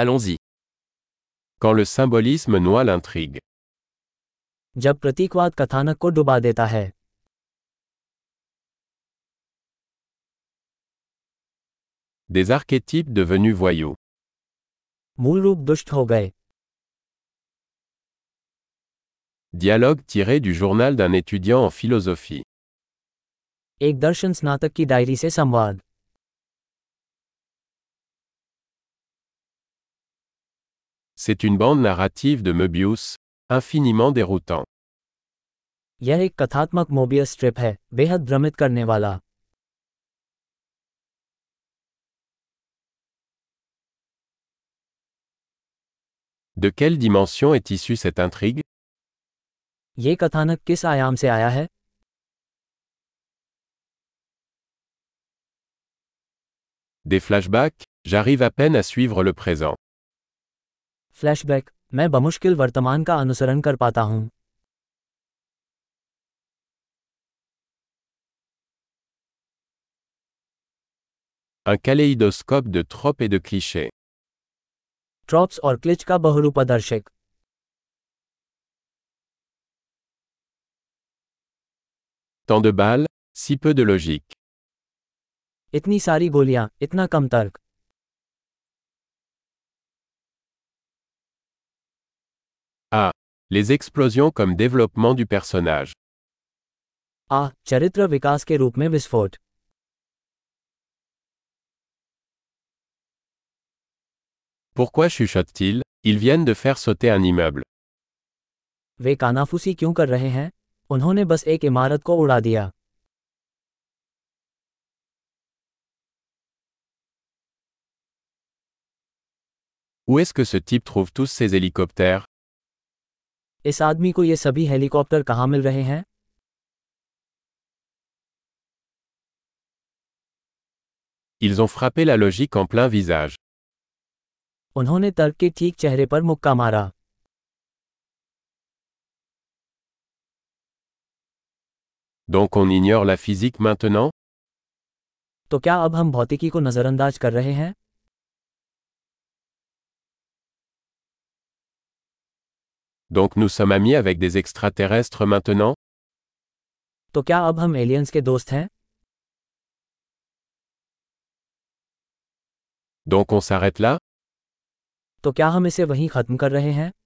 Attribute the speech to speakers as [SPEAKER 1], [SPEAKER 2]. [SPEAKER 1] Allons-y. Quand le symbolisme noie l'intrigue.
[SPEAKER 2] जब प्रतीकवाद कथानक को डुबा देता है
[SPEAKER 1] Des archétypes devenus voyous.
[SPEAKER 2] मूल रूप दुष्ट हो गए
[SPEAKER 1] Dialogue tiré du journal d'un étudiant en philosophie.
[SPEAKER 2] एक दर्शन स्नातक की डायरी से संवाद
[SPEAKER 1] C'est une bande narrative de Möbius, infiniment déroutant.
[SPEAKER 2] यह एक कथात्मक मोबियस स्ट्रिप है बेहद भ्रमित करने वाला
[SPEAKER 1] De quelle dimension est issue cette intrigue
[SPEAKER 2] ये कथानक किस आयाम से आया है
[SPEAKER 1] Des flashbacks J'arrive à peine à suivre le présent.
[SPEAKER 2] फ्लैशबैक मैं बमुश्किल वर्तमान का अनुसरण कर पाता हूँ
[SPEAKER 1] Un kaléidoscope de tropes et de clichés.
[SPEAKER 2] ट्रॉप्स और क्लिच का बहुरूपदर्शक
[SPEAKER 1] Tant de balles, si peu de logique.
[SPEAKER 2] इतनी सारी गोलियाँ इतना कम तर्क
[SPEAKER 1] Les explosions comme développement du personnage.
[SPEAKER 2] आ चरित्र विकास के रूप में विस्फोट
[SPEAKER 1] Pourquoi chuchote-t-il Ils viennent de faire sauter un immeuble.
[SPEAKER 2] वे कानाफूसी क्यों कर रहे हैं उन्होंने बस एक इमारत को उड़ा दिया
[SPEAKER 1] Où est-ce que ce type trouve tous ces hélicoptères
[SPEAKER 2] इस आदमी को ये सभी हेलीकॉप्टर कहाँ मिल रहे हैं
[SPEAKER 1] Ils ont frappé la logique en plein visage.
[SPEAKER 2] उन्होंने तर्क के ठीक चेहरे पर मुक्का मारा
[SPEAKER 1] Donc on ignore la physique maintenant
[SPEAKER 2] तो क्या अब हम भौतिकी को नज़रअंदाज कर रहे हैं
[SPEAKER 1] Donc nous sommes amis avec des extraterrestres maintenant
[SPEAKER 2] तो क्या अब हम एलियंस के दोस्त हैं
[SPEAKER 1] Donc on s'arrête là
[SPEAKER 2] तो क्या हम इसे वहीं खत्म कर रहे हैं